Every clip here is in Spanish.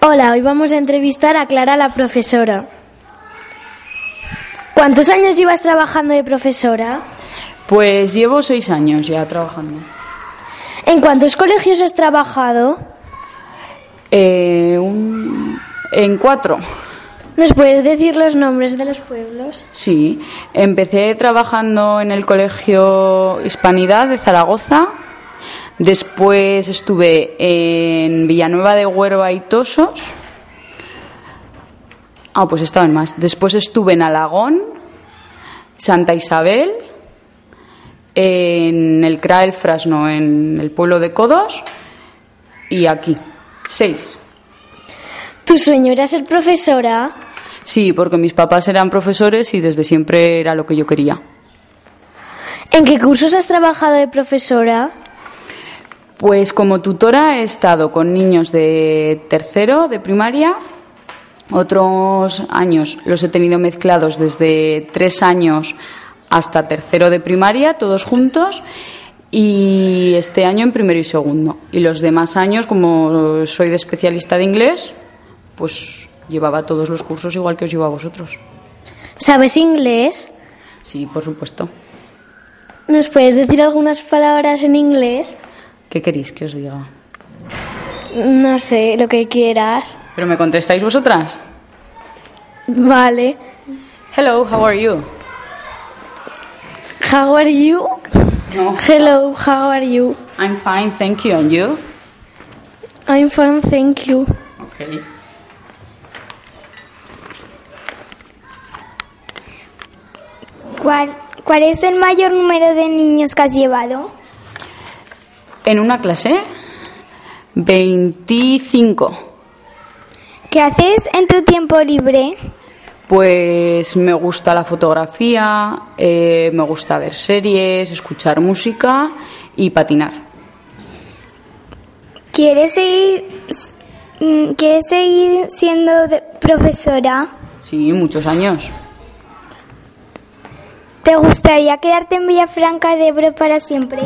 Hola, hoy vamos a entrevistar a Clara, la profesora. ¿Cuántos años llevas trabajando de profesora? Pues llevo seis años ya trabajando. ¿En cuántos colegios has trabajado? Eh, un- en cuatro. ¿Nos puedes decir los nombres de los pueblos? Sí, empecé trabajando en el Colegio Hispanidad de Zaragoza, después estuve en Villanueva de Huerva y Tosos, ah, pues estaba en más, después estuve en Alagón, Santa Isabel, en el Crael Frasno, en el pueblo de Codos y aquí, seis. ¿Tu sueño era ser profesora? Sí, porque mis papás eran profesores y desde siempre era lo que yo quería. ¿En qué cursos has trabajado de profesora? Pues como tutora he estado con niños de tercero, de primaria. Otros años los he tenido mezclados desde tres años hasta tercero de primaria, todos juntos. Y este año en primero y segundo. Y los demás años, como soy de especialista de inglés, pues llevaba todos los cursos igual que os llevo a vosotros. ¿Sabes inglés? Sí, por supuesto. ¿Nos puedes decir algunas palabras en inglés? ¿Qué queréis que os diga? No sé, lo que quieras. ¿Pero me contestáis vosotras? Vale. Hello, how are you? How are you? No. Hello, how are you? I'm fine, thank you. And you? I'm fine, thank you. Okay. ¿Cuál, cuál es el mayor número de niños que has llevado? En una clase, 25. ¿Qué haces en tu tiempo libre? Pues me gusta la fotografía, eh, me gusta ver series, escuchar música y patinar. ¿Quieres seguir, s- mm, ¿quieres seguir siendo de- profesora? Sí, muchos años. ¿Te gustaría quedarte en Villafranca de Ebro para siempre?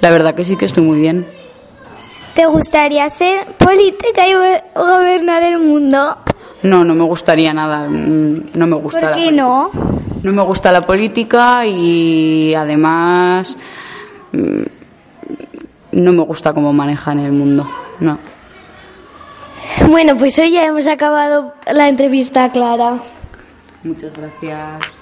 La verdad que sí que estoy muy bien. ¿Te gustaría ser política y go- gobernar el mundo? No, no me gustaría nada. mm, No me gusta ¿Por la qué política. no? No me gusta la política y además mm, no me gusta cómo manejan el mundo. No. Bueno, pues hoy ya hemos acabado la entrevista, Clara. Muchas gracias.